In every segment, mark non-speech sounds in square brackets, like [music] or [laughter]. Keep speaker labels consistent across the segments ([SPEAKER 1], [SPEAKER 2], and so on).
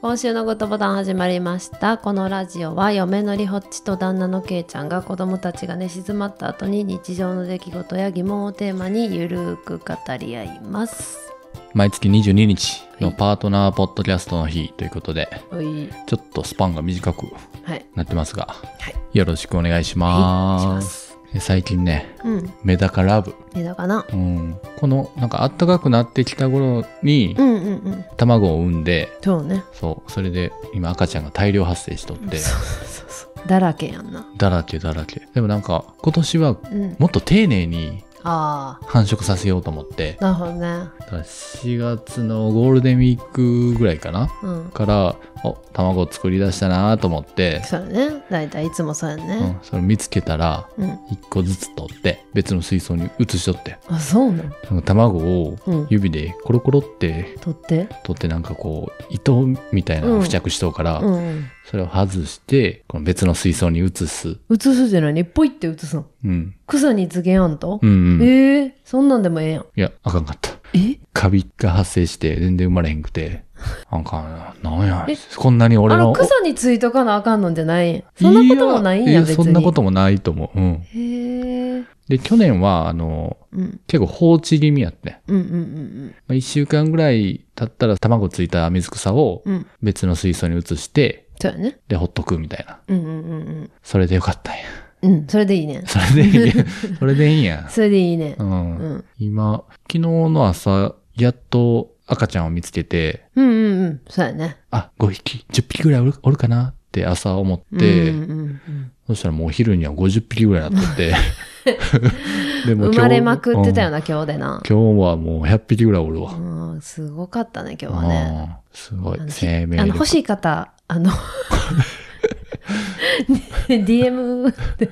[SPEAKER 1] 今週のグッドボタン始まりましたこのラジオは嫁のりほっちと旦那のけいちゃんが子供たちが寝静まった後に日常の出来事や疑問をテーマにゆるく語り合います
[SPEAKER 2] 毎月22日の
[SPEAKER 1] はい
[SPEAKER 2] パートナーポッドキャストの日ということで、
[SPEAKER 1] おい
[SPEAKER 2] ちょっとスパンが短く
[SPEAKER 1] はい
[SPEAKER 2] なってますが、
[SPEAKER 1] はい
[SPEAKER 2] よろしくお願いしま
[SPEAKER 1] はい
[SPEAKER 2] す。
[SPEAKER 1] します
[SPEAKER 2] 最近ね、
[SPEAKER 1] うん
[SPEAKER 2] メダカラブ。
[SPEAKER 1] メダカな
[SPEAKER 2] うん、この、なんか暖かくなってきた頃に
[SPEAKER 1] う、んうんうん
[SPEAKER 2] 卵を産んで、
[SPEAKER 1] そうね
[SPEAKER 2] そう、それで今赤ちゃんが大量発生しとって、
[SPEAKER 1] そうそうそうだらけやんな
[SPEAKER 2] だらけだらけ。でもなんか、今年は
[SPEAKER 1] うん
[SPEAKER 2] もっと丁寧に
[SPEAKER 1] あ
[SPEAKER 2] 繁殖させようと思って
[SPEAKER 1] あ、なるほどね
[SPEAKER 2] だから4月のゴールデンウィークぐらいかな
[SPEAKER 1] うん
[SPEAKER 2] から、お、卵を作り出したなと思って、
[SPEAKER 1] そうやねだいたいいつもそうや
[SPEAKER 2] う
[SPEAKER 1] ね
[SPEAKER 2] ん、それ見つけたら、
[SPEAKER 1] うん、
[SPEAKER 2] 一個ずつ取って、別の水槽に移しとって、
[SPEAKER 1] あそうなの
[SPEAKER 2] なんか卵を
[SPEAKER 1] うん
[SPEAKER 2] 指でコロコロって
[SPEAKER 1] 取って
[SPEAKER 2] 取ってなんかこう、糸みたいなの
[SPEAKER 1] うん
[SPEAKER 2] が付着しとうから、
[SPEAKER 1] うん
[SPEAKER 2] それを外して、この別の水槽に移す。
[SPEAKER 1] うん移すじゃないねポイって移すの
[SPEAKER 2] うん。
[SPEAKER 1] 草につけやんと
[SPEAKER 2] う、んうん。い
[SPEAKER 1] ええそんなんでもええやん
[SPEAKER 2] や、あかんかった。
[SPEAKER 1] え
[SPEAKER 2] カビが発生して全然生まれへんくて、あかんな。なんや
[SPEAKER 1] え、
[SPEAKER 2] こんなに俺
[SPEAKER 1] あ
[SPEAKER 2] の。
[SPEAKER 1] の草についとかなあかんのんじゃないんやそんなこともないんや
[SPEAKER 2] い
[SPEAKER 1] 別に
[SPEAKER 2] そんなこともないと思う。うん。
[SPEAKER 1] へえうん
[SPEAKER 2] で、去年は、あの、
[SPEAKER 1] うん
[SPEAKER 2] 結構放置気味やって。
[SPEAKER 1] うんうん
[SPEAKER 2] まあ、1週間ぐらい経ったら卵ついた水草を
[SPEAKER 1] うんうん
[SPEAKER 2] 別の水槽に移して、
[SPEAKER 1] そうやね
[SPEAKER 2] で、ほっとくみたいな。
[SPEAKER 1] うんうんうん
[SPEAKER 2] それでよかったんや。 [laughs]
[SPEAKER 1] うんうんそれでいいね
[SPEAKER 2] それで
[SPEAKER 1] [laughs]
[SPEAKER 2] いいや。それでいいんや。
[SPEAKER 1] それでいいね
[SPEAKER 2] う。
[SPEAKER 1] うんん
[SPEAKER 2] 今、昨日の朝、やっと赤ちゃんを見つけて、
[SPEAKER 1] うんうんうんそうやね
[SPEAKER 2] あ、5匹、10匹ぐらいおるおるかなって朝思って、
[SPEAKER 1] うんうんうん
[SPEAKER 2] そしたらもうお昼には50匹ぐらいになって
[SPEAKER 1] [laughs]
[SPEAKER 2] て。で
[SPEAKER 1] うん生まれまくってたよ
[SPEAKER 2] ね、
[SPEAKER 1] な今日でな
[SPEAKER 2] うん今日はもう100匹ぐらいおるわ。
[SPEAKER 1] うんすごかったね今日はね
[SPEAKER 2] うんすごい
[SPEAKER 1] あの。
[SPEAKER 2] 生命
[SPEAKER 1] あの
[SPEAKER 2] 力
[SPEAKER 1] 欲。しい方あの [laughs] DM で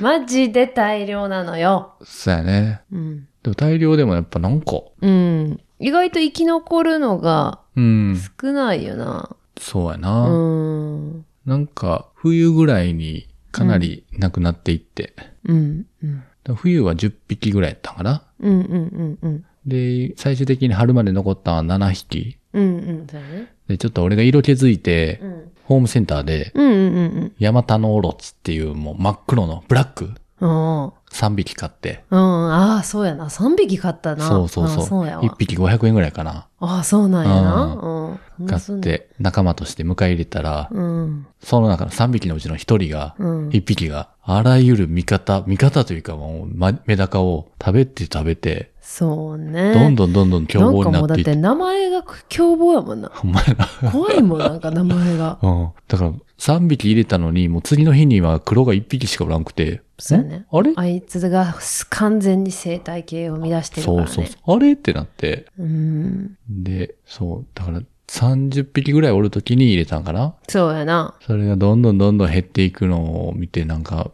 [SPEAKER 1] マジで大量なのよ、
[SPEAKER 2] そうやね。
[SPEAKER 1] うん
[SPEAKER 2] でも大量でもやっぱなんか、
[SPEAKER 1] うん、意外と生き残るのが
[SPEAKER 2] うん、
[SPEAKER 1] 少ないよな
[SPEAKER 2] そう
[SPEAKER 1] う
[SPEAKER 2] やな。
[SPEAKER 1] ん
[SPEAKER 2] なんか、冬ぐらいにかなりなくなっていって、
[SPEAKER 1] うんうん
[SPEAKER 2] で冬は10匹ぐらいやったんかな。
[SPEAKER 1] うんうんうん
[SPEAKER 2] で、最終的に春まで残ったのは7匹。
[SPEAKER 1] うんうんそうやね
[SPEAKER 2] で、ちょっと俺が色気づいて、
[SPEAKER 1] うん
[SPEAKER 2] ホームセンターで、
[SPEAKER 1] うんうんうん
[SPEAKER 2] ヤマタノオロチっていうもう真っ黒のブラック
[SPEAKER 1] うん
[SPEAKER 2] 3匹買って、
[SPEAKER 1] うん、ああ、そうやな。3匹買ったな。
[SPEAKER 2] そうそうそ
[SPEAKER 1] あ
[SPEAKER 2] う。
[SPEAKER 1] あそうや
[SPEAKER 2] 1
[SPEAKER 1] わ。
[SPEAKER 2] 匹500円ぐらいかな。
[SPEAKER 1] ああ、そうなんやな。うん。
[SPEAKER 2] 買っ。て、仲間として迎え入れたら、
[SPEAKER 1] うん。
[SPEAKER 2] その中の3匹のうちの1人が、
[SPEAKER 1] うん。
[SPEAKER 2] 一匹が、あらゆる味方、味方というかもう、まメダカを食べて食べて、
[SPEAKER 1] そうね。
[SPEAKER 2] どんどんどんどん凶暴に
[SPEAKER 1] んかも
[SPEAKER 2] な
[SPEAKER 1] うだ
[SPEAKER 2] っ
[SPEAKER 1] って
[SPEAKER 2] いってて。
[SPEAKER 1] 名前が凶暴やもんな。
[SPEAKER 2] ほんまやな。。
[SPEAKER 1] 怖いもん、なんか名前が
[SPEAKER 2] [laughs] うん。だから、三匹入れたのに、もう次の日には黒が一匹しかおらんくて。
[SPEAKER 1] そうやね。
[SPEAKER 2] あれ
[SPEAKER 1] あいつが完全に生態系を乱してるか
[SPEAKER 2] そ
[SPEAKER 1] ら
[SPEAKER 2] う
[SPEAKER 1] ね。
[SPEAKER 2] そうそう。あれってなって。
[SPEAKER 1] うん。
[SPEAKER 2] で、そう。だから、30匹ぐらいおるときに入れたんかな
[SPEAKER 1] そうやな。
[SPEAKER 2] それがどんどんどんどん減っていくのを見て、なんか、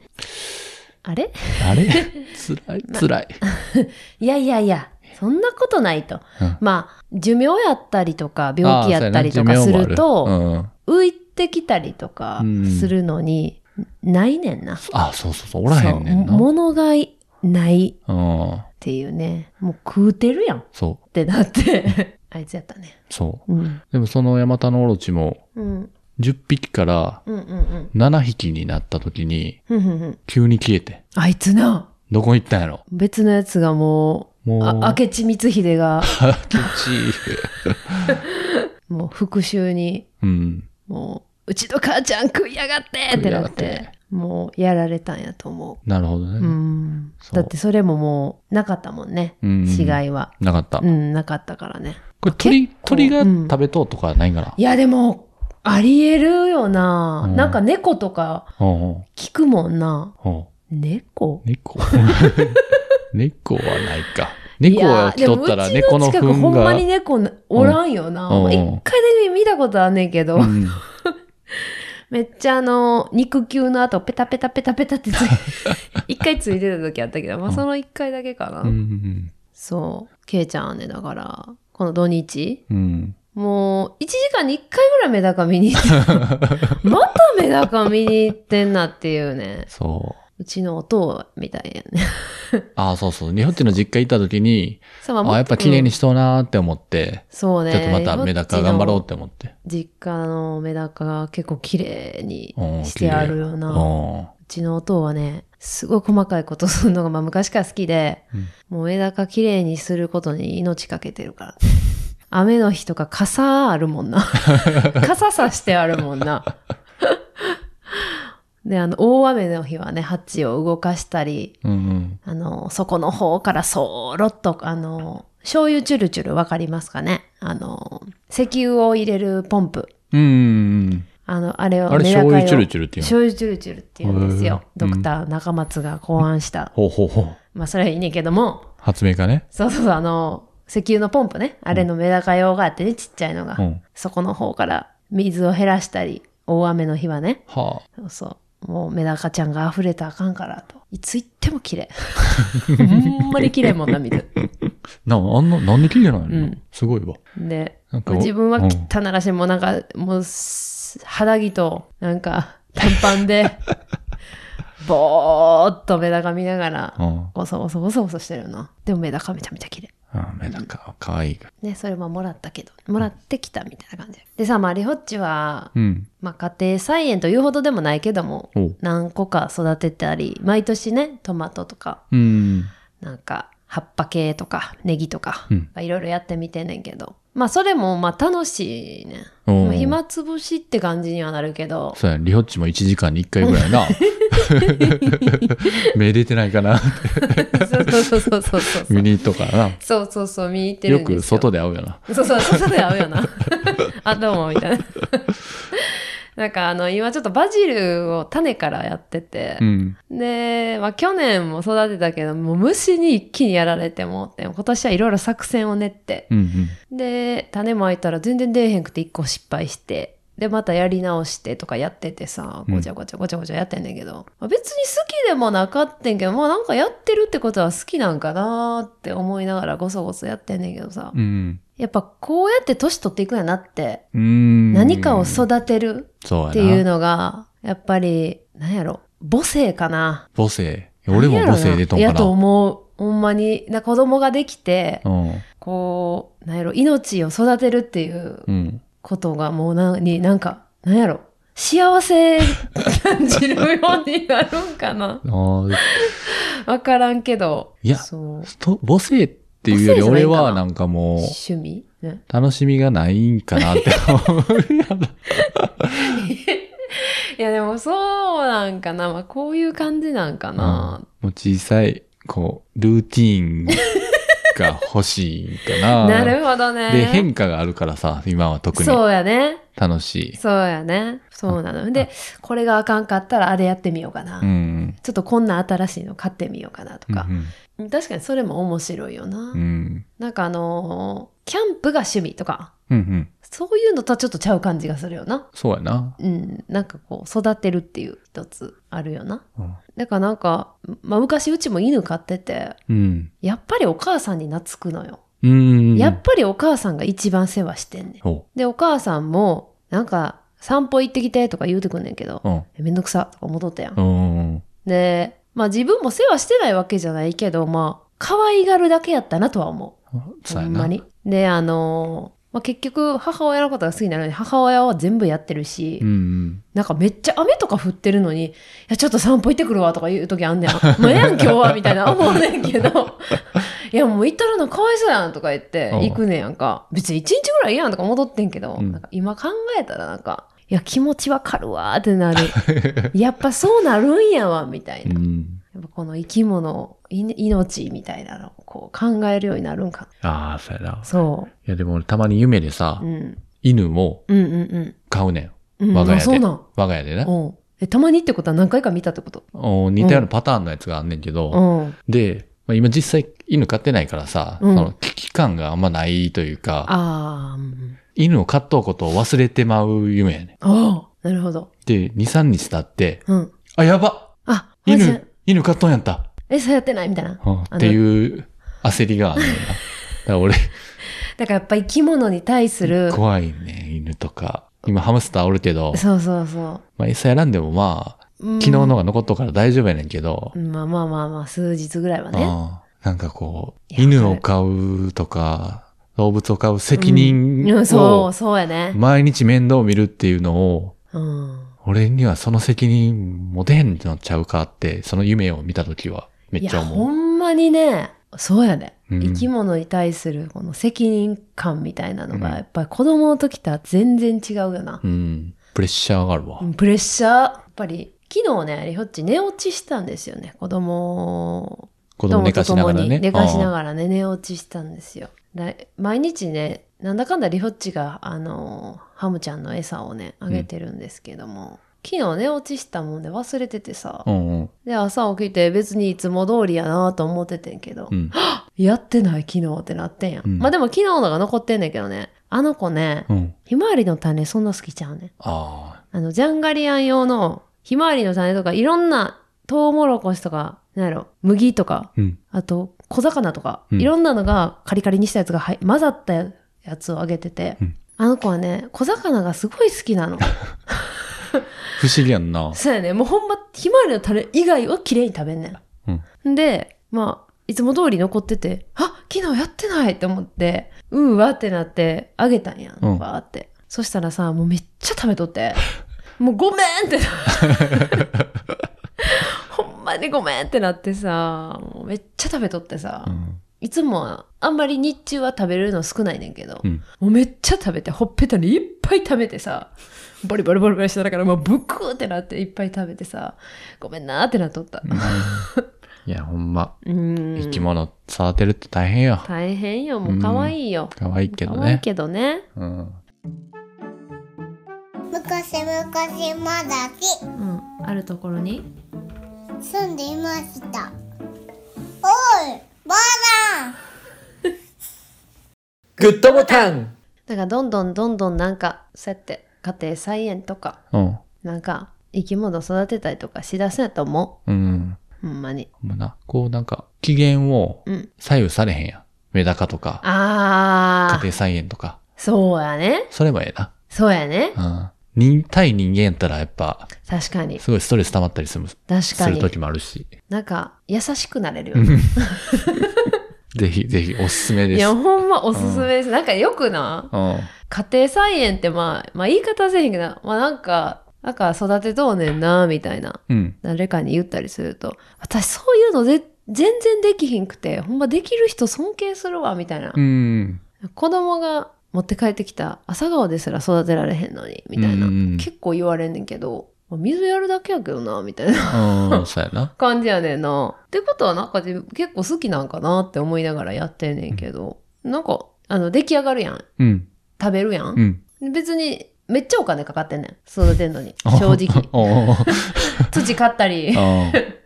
[SPEAKER 1] あれ [laughs]
[SPEAKER 2] あれ辛い、辛い。
[SPEAKER 1] いやいやいや、そんなことないと。
[SPEAKER 2] うん
[SPEAKER 1] まあ、寿命やったりとか、病気やったりと
[SPEAKER 2] あ
[SPEAKER 1] か
[SPEAKER 2] ーそ
[SPEAKER 1] す
[SPEAKER 2] うやな
[SPEAKER 1] ると、
[SPEAKER 2] 寿命もあるうん。
[SPEAKER 1] 浮いてきたりとかするのに、ないねんな。
[SPEAKER 2] あ、そうそうそう。おらへんねん
[SPEAKER 1] そう
[SPEAKER 2] な。
[SPEAKER 1] 物がいないっ
[SPEAKER 2] うん。
[SPEAKER 1] ていうね。もう食うてるやんっ
[SPEAKER 2] そう。
[SPEAKER 1] てなって、 [laughs] あいつやったね。
[SPEAKER 2] そう。
[SPEAKER 1] うん。
[SPEAKER 2] でもそのヤマタノオロチも
[SPEAKER 1] うん
[SPEAKER 2] 10匹から
[SPEAKER 1] うんうん
[SPEAKER 2] 7匹になった時に
[SPEAKER 1] うんうんうんうん
[SPEAKER 2] 急に消えて。
[SPEAKER 1] あいつな
[SPEAKER 2] どこ行ったんやろ
[SPEAKER 1] 別のやつがもう
[SPEAKER 2] もう。
[SPEAKER 1] あ明智光秀が
[SPEAKER 2] あけち。
[SPEAKER 1] もう復讐に
[SPEAKER 2] うん。
[SPEAKER 1] もううちの母ちゃん食いやがってってなっ
[SPEAKER 2] 食いや
[SPEAKER 1] て
[SPEAKER 2] がっ
[SPEAKER 1] もうやられたんやと思
[SPEAKER 2] なるほど
[SPEAKER 1] う、
[SPEAKER 2] ね。
[SPEAKER 1] う
[SPEAKER 2] うん。
[SPEAKER 1] ん、
[SPEAKER 2] そう
[SPEAKER 1] だってそれももうなかったもんね
[SPEAKER 2] うん
[SPEAKER 1] 死骸は
[SPEAKER 2] なかった。
[SPEAKER 1] う
[SPEAKER 2] こ
[SPEAKER 1] んなかったからね
[SPEAKER 2] れ鳥、
[SPEAKER 1] 構
[SPEAKER 2] 鳥が
[SPEAKER 1] うん
[SPEAKER 2] 食べとうとかないんかない
[SPEAKER 1] やでもありえるよな、
[SPEAKER 2] うん
[SPEAKER 1] なんか猫とか
[SPEAKER 2] うんうん
[SPEAKER 1] 聞くもんな
[SPEAKER 2] うん
[SPEAKER 1] 猫
[SPEAKER 2] 猫 [laughs] 猫はないか。猫は来とったら
[SPEAKER 1] いやでも
[SPEAKER 2] 猫の
[SPEAKER 1] うち近く
[SPEAKER 2] 糞
[SPEAKER 1] ほんま
[SPEAKER 2] が。
[SPEAKER 1] に猫なおらんよな。
[SPEAKER 2] うんうん
[SPEAKER 1] 一、回だけ見たことあんねんけど、
[SPEAKER 2] うん
[SPEAKER 1] めっちゃあの、肉球の後、ペタペタペタペタってつい
[SPEAKER 2] [laughs]
[SPEAKER 1] 一回ついてた時あったけど、まあ
[SPEAKER 2] うん
[SPEAKER 1] その一回だけかな。
[SPEAKER 2] うんうん
[SPEAKER 1] そう。ケイちゃんはね、だから、この土日、
[SPEAKER 2] うん。うん。
[SPEAKER 1] もう、1時間に1回ぐらいメ
[SPEAKER 2] [laughs]
[SPEAKER 1] ダカ見に行って、またメダカ見に行ってんなっていうね。
[SPEAKER 2] そ
[SPEAKER 1] うちのお父みたいやね。
[SPEAKER 2] ああ、そうそう。日本っての実家行った時に、
[SPEAKER 1] そう
[SPEAKER 2] ああ、やっぱ綺麗にし
[SPEAKER 1] うん
[SPEAKER 2] そうなーって思って、
[SPEAKER 1] そうね。
[SPEAKER 2] ちょっとまたメダカ頑張ろう
[SPEAKER 1] う
[SPEAKER 2] って思って。
[SPEAKER 1] 実家のメダカが結構綺麗に
[SPEAKER 2] うん
[SPEAKER 1] してあるよな。
[SPEAKER 2] うん。
[SPEAKER 1] うちのお父はね、すごい細かいことするのが、まあ昔から好きで、もうメダカ綺麗にすることに命かけてるから。雨の日とか傘あるもん
[SPEAKER 2] [laughs]
[SPEAKER 1] な。傘さしてあるもんな。で、あの、大雨の日はね、ハッチを動かしたり、
[SPEAKER 2] うんうん。
[SPEAKER 1] あの、底の方からそーろっと、あの、醤油チュルチュルわかりますかねあの、石油を入れるポンプ。
[SPEAKER 2] うんうんうん。
[SPEAKER 1] あの、あれを
[SPEAKER 2] あれ、
[SPEAKER 1] メダカ用
[SPEAKER 2] 醤油チュルチュルっていうの
[SPEAKER 1] 醤油チュルチュルって言うんですよ。
[SPEAKER 2] へ
[SPEAKER 1] ド
[SPEAKER 2] ー
[SPEAKER 1] クター中松が考案した。
[SPEAKER 2] ほうほうほう。
[SPEAKER 1] まあ、それはいいねんけども、
[SPEAKER 2] 発明家ね。
[SPEAKER 1] そうそうそう、あの、石油のポンプね。あれのメダカ用があってね、ちっちゃいのが。
[SPEAKER 2] うん。
[SPEAKER 1] そこの方から水を減らしたり、大雨の日はね。
[SPEAKER 2] は
[SPEAKER 1] そうそう。もうメダカちゃんが溢れたらあかんからと。いつ行っても
[SPEAKER 2] [laughs]
[SPEAKER 1] 綺麗。ほんまに綺麗もんな、水。
[SPEAKER 2] あ。な、あんな、なんで綺麗なの、
[SPEAKER 1] うん
[SPEAKER 2] すごいわ。
[SPEAKER 1] で、
[SPEAKER 2] なんか
[SPEAKER 1] まあ自分は
[SPEAKER 2] うん
[SPEAKER 1] 汚らしい、もうなんか、もうす、肌着と、なんか、短パン
[SPEAKER 2] [laughs]
[SPEAKER 1] で、ぼーっとメダカ見ながら、
[SPEAKER 2] うん。
[SPEAKER 1] ゴソゴソゴソゴソしてるな。でもメダカめちゃめちゃ綺麗。
[SPEAKER 2] あメダカ、かわいいから。
[SPEAKER 1] ね、それももらったけど、もらってきたみたいな感じ。でさ、まあ、リホッチは、
[SPEAKER 2] うん。
[SPEAKER 1] まあ、家庭菜園というほどでもないけども、
[SPEAKER 2] おう。
[SPEAKER 1] 何個か育てたり、毎年ね、トマトとか、
[SPEAKER 2] うん。
[SPEAKER 1] なんか、葉っぱ系とか、ネギとか
[SPEAKER 2] うん、
[SPEAKER 1] いろいろやってみてんねんけど。まあ、それも、まあ、楽しいね。
[SPEAKER 2] お
[SPEAKER 1] ま
[SPEAKER 2] う
[SPEAKER 1] あ暇つぶしって感じにはなるけ
[SPEAKER 2] [laughs]
[SPEAKER 1] ど、
[SPEAKER 2] そうやね。リホッチも1時間に1回ぐらい
[SPEAKER 1] [laughs]
[SPEAKER 2] な。 [laughs] 目出てないかな。
[SPEAKER 1] そうそうそうそうそう。
[SPEAKER 2] 見に行っとくからな。
[SPEAKER 1] そうそうそう、見入ってる
[SPEAKER 2] よ
[SPEAKER 1] んですよ。
[SPEAKER 2] く外で会うよな。
[SPEAKER 1] そうそう、外で会うよな。 [laughs] あ、どうも、みたいな。 [laughs] なんかあの、今ちょっとバジルを種からやってて
[SPEAKER 2] う、ん。
[SPEAKER 1] で、まあ去年も育てたけど、もう虫に一気にやられてもって、今年はいろいろ作戦を練って、
[SPEAKER 2] うんうん。
[SPEAKER 1] で、種まいたら全然出えへんくて一個失敗して、で、またやり直してとかやっててさ、
[SPEAKER 2] うん
[SPEAKER 1] ごちゃごちゃごちゃごちゃやってんねんけど、まあ別に好きでもなかってんけど、まあなんかやってるってことは好きなんかなーって思いながらごそごそやってんねんけどさ、
[SPEAKER 2] うん。
[SPEAKER 1] やっぱこうやって年取っていくんやなって、
[SPEAKER 2] うん。
[SPEAKER 1] 何かを育てる
[SPEAKER 2] そうやな
[SPEAKER 1] っていうのが、やっぱり、なんやろ、母性かな。
[SPEAKER 2] 母性。俺も母性出とん
[SPEAKER 1] い
[SPEAKER 2] か
[SPEAKER 1] やと
[SPEAKER 2] な。
[SPEAKER 1] 思う。ほんまに、な子供ができて
[SPEAKER 2] う、ん。
[SPEAKER 1] こう、なんやろ、命を育てるっていう
[SPEAKER 2] うん。
[SPEAKER 1] ことがもうな、に、なんか、なんやろ、幸せ感じるようになるんかな。 [laughs]
[SPEAKER 2] あー
[SPEAKER 1] わからんけど。
[SPEAKER 2] いや
[SPEAKER 1] そう。
[SPEAKER 2] と母性っていうより
[SPEAKER 1] 母性じ
[SPEAKER 2] 俺
[SPEAKER 1] ゃないんかな
[SPEAKER 2] はなんかもう、
[SPEAKER 1] 趣味、ね、
[SPEAKER 2] 楽しみがないんかなって
[SPEAKER 1] [laughs]
[SPEAKER 2] 思うやな。
[SPEAKER 1] いや、でもそうなんかな。まあ、こういう感じなんかな。
[SPEAKER 2] もう小さい、こう、ルーティーンが欲しいんか
[SPEAKER 1] [laughs]
[SPEAKER 2] な。
[SPEAKER 1] なるほどね。
[SPEAKER 2] で、変化があるからさ、今は特に
[SPEAKER 1] そうやね。
[SPEAKER 2] 楽しい。
[SPEAKER 1] そうやね。そうなの。で、これがあかんかったらあれやってみようかな。
[SPEAKER 2] うん。
[SPEAKER 1] ちょっとこんな新しいの買ってみようかなとか
[SPEAKER 2] う。ん
[SPEAKER 1] 確かにそれも面白いよな。
[SPEAKER 2] うん。うん
[SPEAKER 1] なんかあのーキャンプが趣味とか、
[SPEAKER 2] うんうん。
[SPEAKER 1] そういうのとはちょっとちゃう感じがするよな。
[SPEAKER 2] そうやな。
[SPEAKER 1] うん。なんかこう、育てるっていう一つあるよな。
[SPEAKER 2] うん
[SPEAKER 1] だからなんか、まあ昔うちも犬飼ってて、
[SPEAKER 2] うん。
[SPEAKER 1] やっぱりお母さんに懐くのよ。
[SPEAKER 2] うん。
[SPEAKER 1] やっぱりお母さんが一番世話してんねん。
[SPEAKER 2] お
[SPEAKER 1] で、お母さんも、なんか、散歩行ってきてとか言うてくんねんけど
[SPEAKER 2] う、ん。
[SPEAKER 1] めんどくさとか戻ったやん
[SPEAKER 2] う。ん。
[SPEAKER 1] で、まあ自分も世話してないわけじゃないけど、まあ、可愛がるだけやったなとは思う。
[SPEAKER 2] そ
[SPEAKER 1] ほ
[SPEAKER 2] うや
[SPEAKER 1] んま
[SPEAKER 2] な。
[SPEAKER 1] に。で、あのーまあ結局、母親のことが好きなのに、母親は全部やってるし、
[SPEAKER 2] うんうん。
[SPEAKER 1] なんかめっちゃ雨とか降ってるのに、いや、ちょっと散歩行ってくるわとか言う時あんねん。もうええやん、今日は、みたいな思うねんけ
[SPEAKER 2] [laughs]
[SPEAKER 1] ど、いや、もう行ったらのかわいそうやんとか言って、
[SPEAKER 2] うん
[SPEAKER 1] 行くねんやんか。別に一日ぐらいいいやんとか戻ってんけど、
[SPEAKER 2] うん
[SPEAKER 1] なんか今考えたらなんか、いや、気持ちわかるわーってなる。 [laughs] やっぱそうなるんやわ、みたいうな。
[SPEAKER 2] ん。
[SPEAKER 1] やっぱこの生き物、い命みたいなのをこう考えるようになるんか
[SPEAKER 2] ああ、そうやな
[SPEAKER 1] な。。そ
[SPEAKER 2] いや、でも俺たまに夢でさ
[SPEAKER 1] う。う、ん。
[SPEAKER 2] 犬も
[SPEAKER 1] うんうん
[SPEAKER 2] 飼うねん。
[SPEAKER 1] うん。うん、
[SPEAKER 2] 我が家で
[SPEAKER 1] あそうなん。
[SPEAKER 2] 我が家でね。
[SPEAKER 1] うん。え、たまにってことは何回か見たってこと
[SPEAKER 2] お似たようなパターンのやつがあんねんけど、
[SPEAKER 1] うん。
[SPEAKER 2] で、まあ、今実際犬飼ってないからさ、
[SPEAKER 1] うん
[SPEAKER 2] その危機感があんまないというか、
[SPEAKER 1] ああ、うん
[SPEAKER 2] 犬を飼っとうことを忘れてまう夢やねん。
[SPEAKER 1] ああ、なるほど。
[SPEAKER 2] で、2、3日経って、
[SPEAKER 1] うん。
[SPEAKER 2] あ、やば
[SPEAKER 1] あ、マジで
[SPEAKER 2] 犬、犬飼っとんやった、
[SPEAKER 1] え、そうやってないみたいな。
[SPEAKER 2] うん
[SPEAKER 1] の
[SPEAKER 2] っていう焦りがあんねんな。だから俺、
[SPEAKER 1] だからやっぱ生き物に対する、
[SPEAKER 2] 怖いね、犬とか。今ハムスターおるけど、
[SPEAKER 1] そうそうそ
[SPEAKER 2] まあ、餌やらんでもまあ、
[SPEAKER 1] 昨
[SPEAKER 2] 昨日のが残っとくから大丈夫やねんけど、
[SPEAKER 1] まあまあまあまあ、数日ぐらいはね。
[SPEAKER 2] うんなんかこう、
[SPEAKER 1] いや
[SPEAKER 2] 犬を飼うとか、動物を飼う責
[SPEAKER 1] う
[SPEAKER 2] 任
[SPEAKER 1] ん、そう、
[SPEAKER 2] を、
[SPEAKER 1] そうやね。
[SPEAKER 2] 毎日面倒を見るっていうのを、
[SPEAKER 1] うん。
[SPEAKER 2] 俺にはその責任持てへんのちゃうかって、その夢を見たときは、め
[SPEAKER 1] い
[SPEAKER 2] っちゃ
[SPEAKER 1] や、ほ
[SPEAKER 2] 思う。
[SPEAKER 1] んまにね、そうやね。
[SPEAKER 2] うん
[SPEAKER 1] 生き物に対するこの責任感みたいなの
[SPEAKER 2] うん
[SPEAKER 1] が、やっぱり子供の時とは全然違うよな。
[SPEAKER 2] うん。プレッシャーがあるわ。
[SPEAKER 1] プレッシャー、やっぱり、昨日ね、リホッチ寝落ちしたんですよね。子供
[SPEAKER 2] 子供寝かしながら
[SPEAKER 1] と
[SPEAKER 2] ね。
[SPEAKER 1] に寝かしな
[SPEAKER 2] ら。
[SPEAKER 1] がらね、寝落ちしたんですよ。だ毎日ね、なんだかんだリホッチが、あのーハムちゃんの餌をね、あげてるんですけども、昨日寝落ちしたもんで忘れててさ、
[SPEAKER 2] うんうん。
[SPEAKER 1] で、朝起きて別にいつも通りやなと思っててんけど、
[SPEAKER 2] うん。
[SPEAKER 1] やってない昨日ってなってんやん。
[SPEAKER 2] うん
[SPEAKER 1] まあでも昨日のが残ってんねんけどね、あの子ね、
[SPEAKER 2] うん。
[SPEAKER 1] ひまわりの種そんな好きちゃうねん。
[SPEAKER 2] あ
[SPEAKER 1] あの、ジャンガリアン用のひまわりの種とか、いろんなトウモロコシとか、なんやろ、麦とか、
[SPEAKER 2] あ。うん。
[SPEAKER 1] あと、小魚とか、
[SPEAKER 2] うん
[SPEAKER 1] いろんなのがカリカリにしたやつがはい混ざったやつをあげてて、
[SPEAKER 2] うん
[SPEAKER 1] あの子はね、小魚がすごい好きな
[SPEAKER 2] [laughs]
[SPEAKER 1] の。
[SPEAKER 2] 不思議やんな。
[SPEAKER 1] そうやね、もうほんま、ひまわりの種以外は綺麗に食べんね
[SPEAKER 2] うん。
[SPEAKER 1] ん。んで、まあ、いつも通り残ってて、あ昨日やってないって思って、うーわってなって、あげたんや
[SPEAKER 2] うん
[SPEAKER 1] ん、わーって。そしたらさ、もうめっちゃ食べと
[SPEAKER 2] [laughs]
[SPEAKER 1] って、もうごめんってな [laughs] ほんまにごめんってなってさ、もうめっちゃ食べとってさ、
[SPEAKER 2] うん。
[SPEAKER 1] いつもはあんまり日中は食べれるの少ないねんけど、
[SPEAKER 2] うん
[SPEAKER 1] もうめっちゃ食べて、ほっぺたにいっぱい食べてさ、ボリボリボリボリしてたから、もうブクーってなっていっぱい食べてさ、ごめんなーってなっとった。
[SPEAKER 2] いや、ほんま。
[SPEAKER 1] うん。
[SPEAKER 2] 生き物育てるって大変や。
[SPEAKER 1] 大変よ、もう可愛いよ。
[SPEAKER 2] 可愛いけど
[SPEAKER 1] 可愛い
[SPEAKER 2] ね。
[SPEAKER 1] けどね。
[SPEAKER 2] うん。
[SPEAKER 3] 昔昔まだし
[SPEAKER 1] うん。あるところに。
[SPEAKER 3] 住んでいましたおいばあさん
[SPEAKER 4] グッドボタン
[SPEAKER 1] だからどんどんどんどんなんか、そうやって家庭菜園とか、
[SPEAKER 2] うん。
[SPEAKER 1] なんか生き物育てたりとかしだせやと思
[SPEAKER 2] うん。
[SPEAKER 1] う。ほんまに。
[SPEAKER 2] ほんまな。こうなんか、機嫌を
[SPEAKER 1] うん
[SPEAKER 2] 左右されへんやん。メダカとか、家
[SPEAKER 1] あー、
[SPEAKER 2] 庭菜園とか。
[SPEAKER 1] そうやね。
[SPEAKER 2] それもええ
[SPEAKER 1] そうやね。
[SPEAKER 2] な。うん。人対人間やったらやっぱ、
[SPEAKER 1] 確かに。
[SPEAKER 2] すごいストレス溜まったりする、す
[SPEAKER 1] 確か
[SPEAKER 2] る
[SPEAKER 1] に。
[SPEAKER 2] 時もあるし。
[SPEAKER 1] なんか、優しくなれるよね。
[SPEAKER 2] ぜひぜひおすすめで
[SPEAKER 1] い
[SPEAKER 2] す。
[SPEAKER 1] や、
[SPEAKER 2] うん。
[SPEAKER 1] ほんまおすすめです。なんかよくな、家庭菜園ってまあ、まあ言い方はせえへんけど、まあなんか、なんか育てとうねんな、みたいな。
[SPEAKER 2] うん。
[SPEAKER 1] 誰かに言ったりすると、私そういうので、全然できひんくて、ほんまできる人尊敬するわ、みたいな。
[SPEAKER 2] うん。
[SPEAKER 1] 子供が持って帰ってきた朝顔ですら育てられへんのに、みたいな。
[SPEAKER 2] うん
[SPEAKER 1] 結構言われんねんけど、まあ水やるだけやけどな、みたいな。
[SPEAKER 2] うん。そうやな。
[SPEAKER 1] 感じやねんな。ってことはなんか自分結構好きなんかなって思いながらやってんねんけど、なんか、あの、出来上がるやん。
[SPEAKER 2] うん。
[SPEAKER 1] 食べるや。
[SPEAKER 2] うんん。。
[SPEAKER 1] 別に、めっちゃお金かかってんねん。育てんのに。正直
[SPEAKER 2] [laughs] おー
[SPEAKER 1] 土買ったり、
[SPEAKER 2] あー
[SPEAKER 1] [laughs]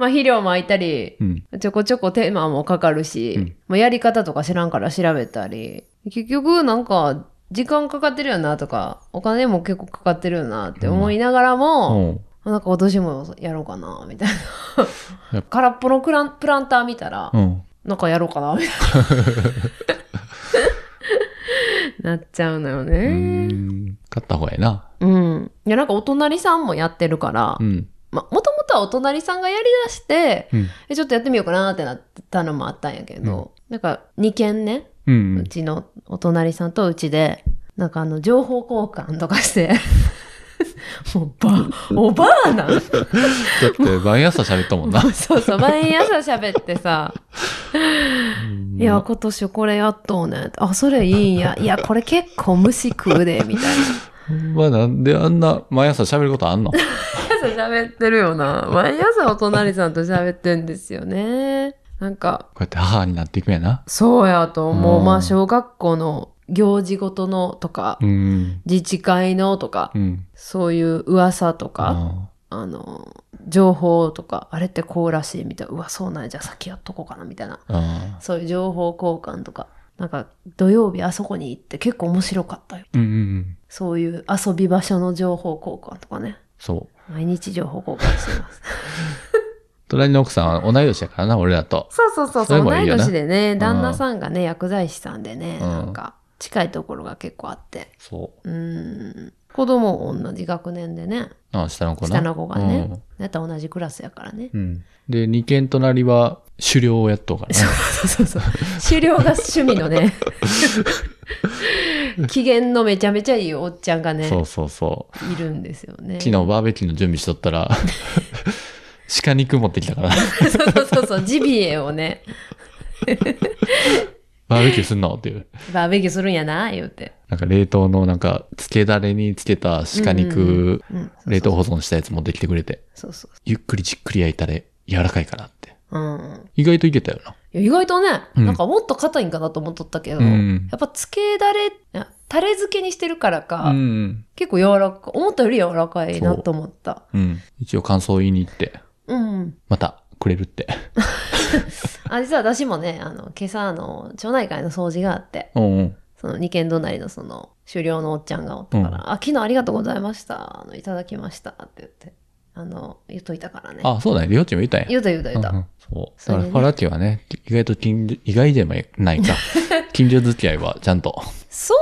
[SPEAKER 1] まあ肥料まいたり
[SPEAKER 2] う、ん。
[SPEAKER 1] [laughs] ちょこちょこ手間もかかるし、
[SPEAKER 2] うん
[SPEAKER 1] まあやり方とか知らんから調べたり、結局なんか、時間かかってるよなとか、お金も結構かかってるよなって思いながらも、
[SPEAKER 2] うん。
[SPEAKER 1] なんか今年もやろうかな、みたいな
[SPEAKER 2] やっ。
[SPEAKER 1] [laughs] 空っぽのクランプランター見たら、
[SPEAKER 2] うん。
[SPEAKER 1] なんかやろうかな、みたい [laughs] な。なっちゃうのよ
[SPEAKER 2] う
[SPEAKER 1] ね。
[SPEAKER 2] ん。買った方がええな。
[SPEAKER 1] うん。いや、なんかお隣さんもやってるから、
[SPEAKER 2] うん。
[SPEAKER 1] まあ、もともとはお隣さんがやりだして、
[SPEAKER 2] うん。
[SPEAKER 1] え、ちょっとやってみようかなってなったのもあったんやけど、なんか2軒ね、
[SPEAKER 2] う。
[SPEAKER 1] うん [laughs] ちのお隣さんとうちで、なんかあの、情報交換とか [laughs] して、もうば、おばあなん [laughs]
[SPEAKER 2] だって、毎朝喋ったもんな。
[SPEAKER 1] そうそう、毎朝喋ってさ、いや、今年これやっとうねん。あ、それいいん [laughs] や。いや、これ結構虫食うで、みたい [laughs]
[SPEAKER 2] ほんまあ、なんであんな、毎朝喋ることあんの
[SPEAKER 1] な。毎朝喋ってるよな。毎朝お隣さんと喋ってんですよね。なんか、
[SPEAKER 2] こうやって母になっていくんやな。
[SPEAKER 1] そうやと思
[SPEAKER 2] う
[SPEAKER 1] う。
[SPEAKER 2] ん
[SPEAKER 1] まあ、小学校の行事ごとのとか
[SPEAKER 2] う、ん。
[SPEAKER 1] 自治会のとか
[SPEAKER 2] う、ん。
[SPEAKER 1] そういう噂とか、
[SPEAKER 2] あ
[SPEAKER 1] あの、情報とか、あれってこうらしいみたいな。うわ、そうなんや。じゃあ先やっとこうかな、みたいな。
[SPEAKER 2] あ。ああ
[SPEAKER 1] そういう情報交換とか、なんか土曜日あそこに行って結構面白かったよ。
[SPEAKER 2] うんうんうん。
[SPEAKER 1] そういう遊び場所の情報交換とかね。
[SPEAKER 2] そう。
[SPEAKER 1] 毎日情報交換してます。
[SPEAKER 2] 隣の奥さんは同い年やからな、俺らと。
[SPEAKER 1] [laughs] そうそうそう
[SPEAKER 2] そ
[SPEAKER 1] そう
[SPEAKER 2] れも
[SPEAKER 1] 同
[SPEAKER 2] いい
[SPEAKER 1] い
[SPEAKER 2] よね
[SPEAKER 1] 年でね、
[SPEAKER 2] ん
[SPEAKER 1] 旦那さんがね、薬剤師さんでね、
[SPEAKER 2] うん
[SPEAKER 1] なんか近いところが結構あって。
[SPEAKER 2] そう。
[SPEAKER 1] うん。子供同じ学年でね
[SPEAKER 2] あ下の子な。
[SPEAKER 1] 下の子がね、だったら同じクラスやからね
[SPEAKER 2] うん。うん。で、二軒隣は狩猟をやっとうからな。
[SPEAKER 1] そうそうそう狩猟が趣味の
[SPEAKER 2] [laughs]
[SPEAKER 1] ね機嫌のめちゃめちゃいいおっちゃんがね
[SPEAKER 2] そうそうそう。
[SPEAKER 1] いるんですよね
[SPEAKER 2] 昨日バーベキューの準備しとったら、 [laughs] 鹿肉持ってきたから、 [laughs]
[SPEAKER 1] そうそうそうそうジビエをね
[SPEAKER 2] バーベキューすんのっていう。
[SPEAKER 1] バーベキューするんやな言うて
[SPEAKER 2] なんか冷凍のなんか、漬けだれにつけた鹿肉、
[SPEAKER 1] うんうんうんうん
[SPEAKER 2] 冷凍保存したやつ持ってきてくれて、
[SPEAKER 1] そうそう
[SPEAKER 2] ゆっくりじっくり焼いたれ、柔らかいからって。
[SPEAKER 1] そううん
[SPEAKER 2] 意外といけたよな。
[SPEAKER 1] いや意外とね、
[SPEAKER 2] うん
[SPEAKER 1] なんかもっと硬いんかなと思っとったけど、
[SPEAKER 2] うん
[SPEAKER 1] やっぱつけだれ、あタレ漬けにしてるからか、
[SPEAKER 2] うん。
[SPEAKER 1] 結構柔らか、思ったより柔らかいなと思った。
[SPEAKER 2] うん。一応感想を言いに行って、
[SPEAKER 1] うん。
[SPEAKER 2] またくれるって。 [laughs]
[SPEAKER 1] あ、実は私もね、あの、今朝、あの、町内会の掃除があって、
[SPEAKER 2] うんうん。
[SPEAKER 1] その二軒隣のその、狩猟のおっちゃんがおったから、
[SPEAKER 2] うん
[SPEAKER 1] あ、昨日ありがとうございました。あの、いただきました。って言って、あの、言っといたからね。
[SPEAKER 2] あ、そうだね。りょうちんも言ったんや。
[SPEAKER 1] 言うた言うた言う
[SPEAKER 2] うんう
[SPEAKER 1] た。
[SPEAKER 2] んそう。
[SPEAKER 1] そ
[SPEAKER 2] だ
[SPEAKER 1] れで
[SPEAKER 2] から、
[SPEAKER 1] ね
[SPEAKER 2] ファラティはね、意外と近所、意外でもな
[SPEAKER 1] [laughs]
[SPEAKER 2] いか。近所付き合いはちゃんと
[SPEAKER 1] そ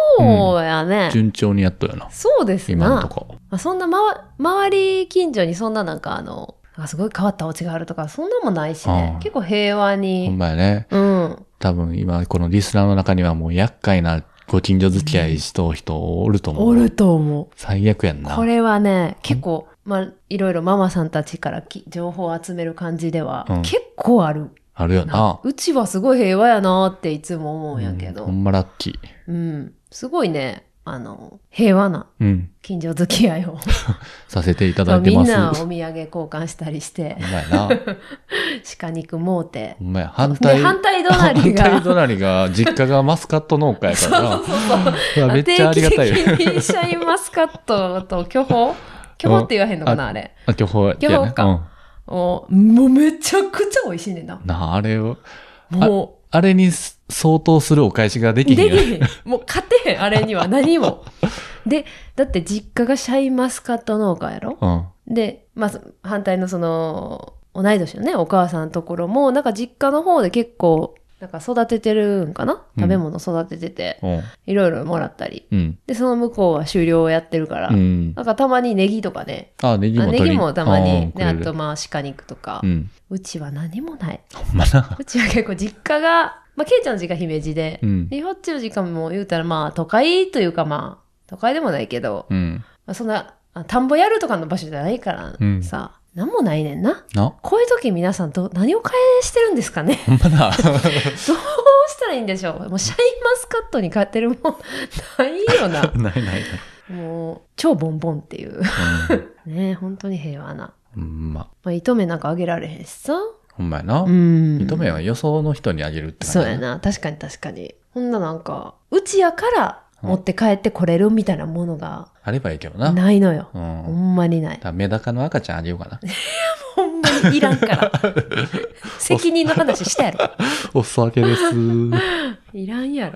[SPEAKER 1] うやね。
[SPEAKER 2] 順調にやっとるよな。
[SPEAKER 1] そうです
[SPEAKER 2] 今のと
[SPEAKER 1] な。
[SPEAKER 2] こ。
[SPEAKER 1] まあ、そんな、まわ、周り近所にそんななんかあの、あすごい変わったお家があるとか、そんなもんないしね
[SPEAKER 2] う。ん
[SPEAKER 1] 結構平和
[SPEAKER 2] ほん
[SPEAKER 1] に。
[SPEAKER 2] まやね。
[SPEAKER 1] うん。
[SPEAKER 2] 多分今、このリスナーの中にはもう厄介なご近所付き合いしとう人おると思う。
[SPEAKER 1] おると思う。
[SPEAKER 2] 最悪やんな。
[SPEAKER 1] これはね、結構、まあ、いろいろママさんたちからき情報を集める感じでは、
[SPEAKER 2] うん
[SPEAKER 1] 結構ある
[SPEAKER 2] あるよ
[SPEAKER 1] な
[SPEAKER 2] な。
[SPEAKER 1] うちはすごい平和やなっていつも思うんやけ
[SPEAKER 2] う
[SPEAKER 1] ど、
[SPEAKER 2] んほ
[SPEAKER 1] うん
[SPEAKER 2] んまラッキー。
[SPEAKER 1] すごいね、あの、平和な
[SPEAKER 2] うん。
[SPEAKER 1] 近所付き合いを、
[SPEAKER 2] させていただいて
[SPEAKER 1] み
[SPEAKER 2] ま
[SPEAKER 1] ん
[SPEAKER 2] す。
[SPEAKER 1] なお土
[SPEAKER 2] ほん
[SPEAKER 1] 産交換したりして、
[SPEAKER 2] まやな。
[SPEAKER 1] 鹿肉もうて
[SPEAKER 2] ほ、んまや。反
[SPEAKER 1] で
[SPEAKER 2] 対。
[SPEAKER 1] 反対隣が、
[SPEAKER 2] [laughs] 反対隣が、実家がマスカット農家やからな。うわめっちゃありがたいよ。
[SPEAKER 1] 定期的にシャインマスカットと巨
[SPEAKER 2] [laughs]
[SPEAKER 1] 峰巨峰って言わへんのかな、あれ。
[SPEAKER 2] あ、巨峰やったよ
[SPEAKER 1] 巨峰
[SPEAKER 2] ね。
[SPEAKER 1] かおもうめちゃくちゃ美味しいねんな
[SPEAKER 2] う。ん。なあ、あれを、
[SPEAKER 1] も
[SPEAKER 2] あれに相当するお返しがで
[SPEAKER 1] う、
[SPEAKER 2] きひ
[SPEAKER 1] で
[SPEAKER 2] んよね。
[SPEAKER 1] きへん。もう勝てへん、あれには。何も。 [laughs] で、だって実家がシャインマスカット農家やろ
[SPEAKER 2] うん。
[SPEAKER 1] で、まあ、そ反対のその、同い年のね、お母さんのところも、なんか実家の方で結構、なんか育ててるんかな
[SPEAKER 2] うん
[SPEAKER 1] 食べ物育ててて、
[SPEAKER 2] うん。
[SPEAKER 1] いろいろもらったり。
[SPEAKER 2] うん。
[SPEAKER 1] で、その向こうは終了をやってるから、
[SPEAKER 2] うん。
[SPEAKER 1] なんかたまにネギとかね、
[SPEAKER 2] あ、ネギ
[SPEAKER 1] あ
[SPEAKER 2] も
[SPEAKER 1] ネ
[SPEAKER 2] 取り
[SPEAKER 1] ギもたま
[SPEAKER 2] うん
[SPEAKER 1] に、
[SPEAKER 2] く
[SPEAKER 1] で
[SPEAKER 2] れ
[SPEAKER 1] あ
[SPEAKER 2] る
[SPEAKER 1] とまあ鹿肉とか、
[SPEAKER 2] う。
[SPEAKER 1] うんちは何もない。
[SPEAKER 2] ほんまな。
[SPEAKER 1] うちは結構実家が、まあ、ケイちゃんの実家姫路で
[SPEAKER 2] う、ん。
[SPEAKER 1] で、ホッチの実家も言うたらまあ都会というかまあ、都会でもないけど、
[SPEAKER 2] うん。
[SPEAKER 1] まあ、そんな、あ田んぼやるとかの場所じゃないから
[SPEAKER 2] うん
[SPEAKER 1] さ、なんもないねんな。
[SPEAKER 2] な。
[SPEAKER 1] こういう時皆さんど、何を返してるんですか
[SPEAKER 2] [laughs]
[SPEAKER 1] ね
[SPEAKER 2] ほん
[SPEAKER 1] [laughs]
[SPEAKER 2] まな。。
[SPEAKER 1] どうしたらいいんでしょうもうシャインマスカットに買ってるもん、ないよな
[SPEAKER 2] [laughs] ないないない。
[SPEAKER 1] もう、超ボンボンっていう。ね本当に平和な。
[SPEAKER 2] うん。うんま。
[SPEAKER 1] まあ、糸目なんかあげられへんしさ。
[SPEAKER 2] ほんまやな。
[SPEAKER 1] うん。
[SPEAKER 2] 認めは予想の人にあげるって感じ。
[SPEAKER 1] そうや。な。確かに確かに。ほんななんか、うちやから持って帰ってこれるみたいなものが
[SPEAKER 2] あればいいけどな。
[SPEAKER 1] ないのよ。
[SPEAKER 2] うん。
[SPEAKER 1] ほんまにない
[SPEAKER 2] だ。からメダカの赤ちゃんあげよう
[SPEAKER 1] [laughs]
[SPEAKER 2] かな。
[SPEAKER 1] ほんまにいらん
[SPEAKER 2] [laughs]
[SPEAKER 1] から。責任の話したやろ。
[SPEAKER 2] お酒です。うん。
[SPEAKER 1] いらんや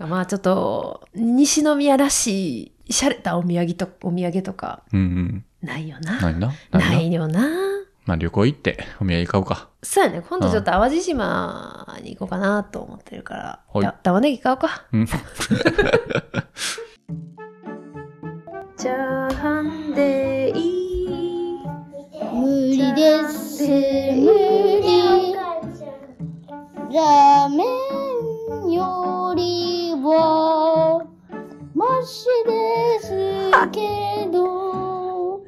[SPEAKER 1] ろ。まあちょっと、西宮らしい、洒落たお土産と、お土産とか、
[SPEAKER 2] うん。
[SPEAKER 1] ないよな。
[SPEAKER 2] ないな。
[SPEAKER 1] ない
[SPEAKER 2] な。
[SPEAKER 1] よな。
[SPEAKER 2] まあ旅行行ってお土産買うか。
[SPEAKER 1] そうやね。今度ちょっと淡路島に行こうかなと思ってるから。
[SPEAKER 2] はい
[SPEAKER 1] た玉ねぎ買おうか。
[SPEAKER 2] うん。
[SPEAKER 1] チャーハンでいい。
[SPEAKER 3] 無理です無理ラーメンよりはマシですけど
[SPEAKER 2] グ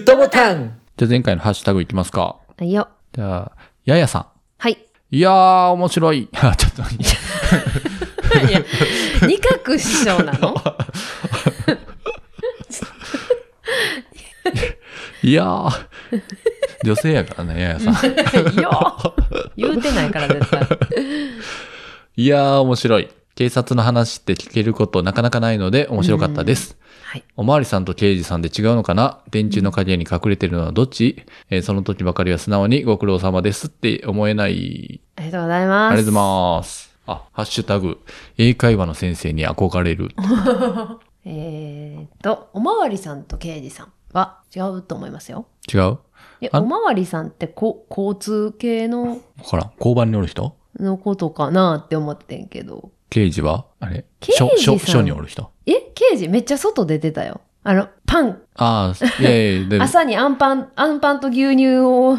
[SPEAKER 2] ッドボタンじゃあ前回のハッシュタグいきますか。
[SPEAKER 1] はいよ。
[SPEAKER 2] じゃあ、ややさ
[SPEAKER 1] はい。
[SPEAKER 2] ん。いやー、面白い。 [laughs] あ、ちょっと待って、
[SPEAKER 1] いや、二角師匠な
[SPEAKER 2] [laughs]
[SPEAKER 1] の
[SPEAKER 2] いや
[SPEAKER 1] [laughs]
[SPEAKER 2] ー。女性やからね、ややさん。
[SPEAKER 1] いや、言うてないから絶対。
[SPEAKER 2] いやー、面白い。警察の話って聞けることなかなかないので面白かったです。
[SPEAKER 1] はい。
[SPEAKER 2] おまわりさんと刑事さんで違うのかな電柱の影に隠れてるのはどっち、えーその時ばかりは素直にご苦労様ですって思えない。
[SPEAKER 1] ありがとうございます。
[SPEAKER 2] ありがとうございます。あ、ハッシュタグ、英会話の先生に憧れる。
[SPEAKER 1] えーっと、おまわりさんと刑事さんは違うと思いますよ。
[SPEAKER 2] 違うわ
[SPEAKER 1] え、
[SPEAKER 2] あ
[SPEAKER 1] おまわりさんってこ交通系の
[SPEAKER 2] からん。交番におる人
[SPEAKER 1] のことかなって思ってんけど。
[SPEAKER 2] 刑事はあれ
[SPEAKER 1] 刑事さん
[SPEAKER 2] 署署署におる人
[SPEAKER 1] え、刑事めっちゃ外出てたよ。あの、パン、
[SPEAKER 2] ああ、いやいや、で
[SPEAKER 1] [laughs]
[SPEAKER 2] も、
[SPEAKER 1] 朝にアンパン、アンパンと牛乳 [laughs] を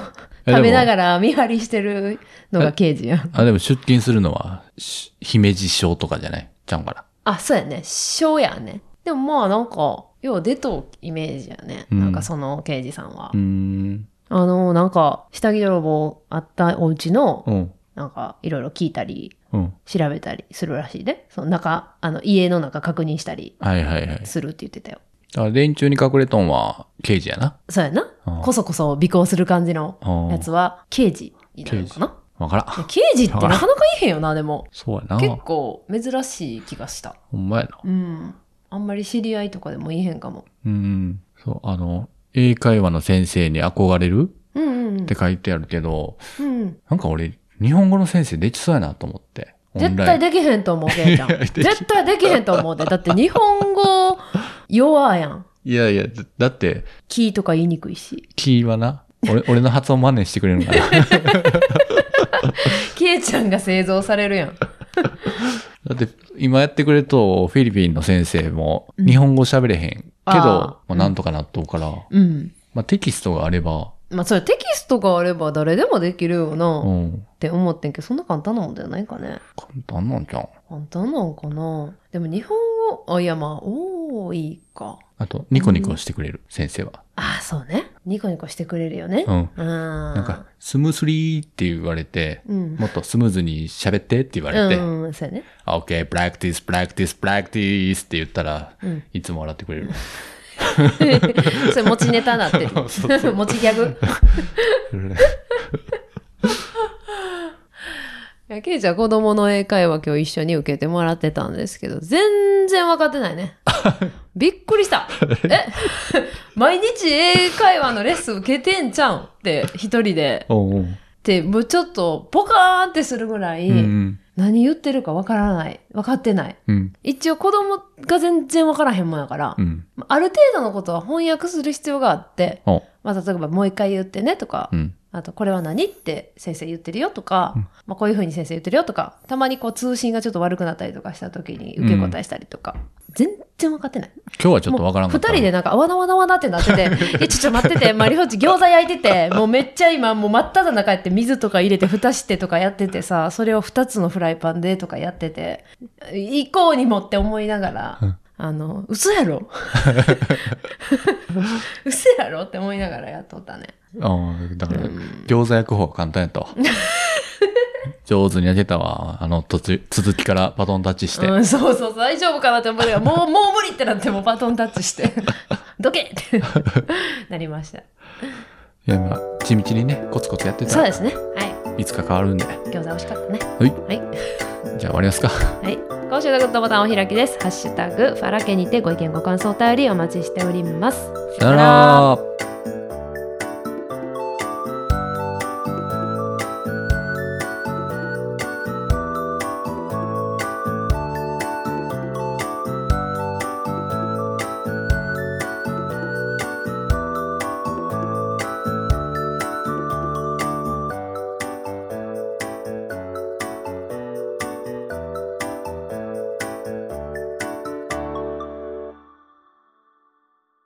[SPEAKER 1] 食べながら見張りしてるのが刑事やん。
[SPEAKER 2] あ、でも出勤するのは、し姫路省とかじゃないちゃうんから。
[SPEAKER 1] あ、そうやね。小やね。でもまあなんか、よう出とうイメージやね。
[SPEAKER 2] うん
[SPEAKER 1] なんかその刑事さんは。
[SPEAKER 2] うーん。
[SPEAKER 1] あの、なんか、下着泥棒あったお家の、
[SPEAKER 2] うん。
[SPEAKER 1] なんか、いろいろ聞いたり、
[SPEAKER 2] うん。
[SPEAKER 1] 調べたりするらしいで。その中、あの、家の中確認したり
[SPEAKER 2] はいはいはい。
[SPEAKER 1] するって言ってたよ。
[SPEAKER 2] だから連中に隠れとんは、刑事やな。
[SPEAKER 1] そうやな。
[SPEAKER 2] うん
[SPEAKER 1] こそこそ尾行する感じの
[SPEAKER 2] うん
[SPEAKER 1] やつは、刑事になるのかな
[SPEAKER 2] わからん。
[SPEAKER 1] いや刑事ってなかなかいへんよな、でも。
[SPEAKER 2] そうやな。
[SPEAKER 1] 結構珍しい気がした。
[SPEAKER 2] ほんまやな。
[SPEAKER 1] うん。あんまり知り合いとかでもいいへんかも。
[SPEAKER 2] うん。そう、あの、英会話の先生に憧れる
[SPEAKER 1] うんうんうん
[SPEAKER 2] って。書いてあるけど、
[SPEAKER 1] うん、
[SPEAKER 2] なんか俺、日本語の先生できそうやなと思って。オンライン
[SPEAKER 1] 絶対できへんと思う、ケイちゃん。
[SPEAKER 2] いやでき
[SPEAKER 1] 絶対できへんと思うで。だって日本語弱やん。
[SPEAKER 2] いやいや、だって、
[SPEAKER 1] キーとか言いにくいし。
[SPEAKER 2] キーはな、俺、 [laughs] 俺の発音真似してくれるのかな。
[SPEAKER 1] [laughs] ケイちゃんが製造されるやん。
[SPEAKER 2] だって、今やってくれると、フィリピンの先生も、
[SPEAKER 1] うん
[SPEAKER 2] 日本語喋れへん。けど、
[SPEAKER 1] あー
[SPEAKER 2] まあ、なんとかなっとうから、
[SPEAKER 1] うん。
[SPEAKER 2] まあ、テキストがあれば、
[SPEAKER 1] まあそれテキストがあれば誰でもできるよな、
[SPEAKER 2] う
[SPEAKER 1] っ
[SPEAKER 2] ん、
[SPEAKER 1] て思ってんけど、そんな簡単なもんじゃないかね。
[SPEAKER 2] 簡単なんじゃん。
[SPEAKER 1] 簡単なんかな。でも日本語、あ、いやまあ、多いか。
[SPEAKER 2] あと、ニコニコしてくれる、先生は。
[SPEAKER 1] ああ、そうね。ニコニコしてくれるよね
[SPEAKER 2] う。ん。
[SPEAKER 1] うん。な
[SPEAKER 2] なんか、、スムースリーって言われて、
[SPEAKER 1] うん。
[SPEAKER 2] もっとスムーズに喋ってって言われて、
[SPEAKER 1] うん、そうやね。
[SPEAKER 2] あ、OK、プラクティス、プラクティス、プラクティスって言ったら、
[SPEAKER 1] うん。 [laughs]
[SPEAKER 2] いつも笑ってくれる。
[SPEAKER 1] それ持ちネタなってる。
[SPEAKER 2] [laughs] そうそうそう
[SPEAKER 1] 持ちギャ
[SPEAKER 2] [laughs]
[SPEAKER 1] グ。いや、ケイちゃん子供の英会話今日一緒に受けてもらってたんですけど、全然分かってない
[SPEAKER 2] [laughs]
[SPEAKER 1] ね。びっくりした。え [laughs] 毎日英会話のレッスン受けてんちゃうんって、一人で。
[SPEAKER 2] お [laughs] うおう
[SPEAKER 1] って、もうちょっとポカーンってするぐらい、
[SPEAKER 2] うん
[SPEAKER 1] 何言ってるか分からない。分かってない。
[SPEAKER 2] うん。うん。
[SPEAKER 1] 一応子供が全然分からへんもんやから、
[SPEAKER 2] うん。
[SPEAKER 1] ある程度のことは翻訳する必要があって、
[SPEAKER 2] おう
[SPEAKER 1] まあ、例えばもう一回言ってねとか、
[SPEAKER 2] うん。
[SPEAKER 1] あと、これは何って先生言ってるよとか、
[SPEAKER 2] うん
[SPEAKER 1] まあ、こういうふうに先生言ってるよとか、たまにこう通信がちょっと悪くなったりとかした時に受け答えしたりとか、全然分かってない。
[SPEAKER 2] 今日はちょっとわからんか
[SPEAKER 1] 二
[SPEAKER 2] ったな。
[SPEAKER 1] 人でなんか、あわなわなわなってな
[SPEAKER 2] [laughs]
[SPEAKER 1] ってて、え、ちょっと待ってて、マリホッチ餃子焼いてて、もうめっちゃ今、もう真っ只中やって水とか入れて蓋してとかやっててさ、それを二つのフライパンでとかやってて、行こうにもって思いながら、
[SPEAKER 2] うん
[SPEAKER 1] あの、嘘やろ [laughs] 嘘やろって思いながらやっとったね。
[SPEAKER 2] ああ、だから、
[SPEAKER 1] うん
[SPEAKER 2] 餃子焼く方が簡単
[SPEAKER 1] [laughs]
[SPEAKER 2] やと。上手に焼けたわ。あの、とつ続きからバトンタッチして。
[SPEAKER 1] うん、そうそうそう大丈夫かなって思うけどもうもう無理ってなってもうバトンタッチしてどけってなりました
[SPEAKER 2] [laughs] いや、まあ、地道にね、コツコツやってた
[SPEAKER 1] そう
[SPEAKER 2] ら
[SPEAKER 1] で、すねはい
[SPEAKER 2] いつか変わるんで。
[SPEAKER 1] 餃子美味しかったね
[SPEAKER 2] じゃあ終わりますか。
[SPEAKER 1] はい今週のグッドボタンお開きですハッシュタグファラケにてご意見ご感想お便りお待ちしております
[SPEAKER 2] さよなら。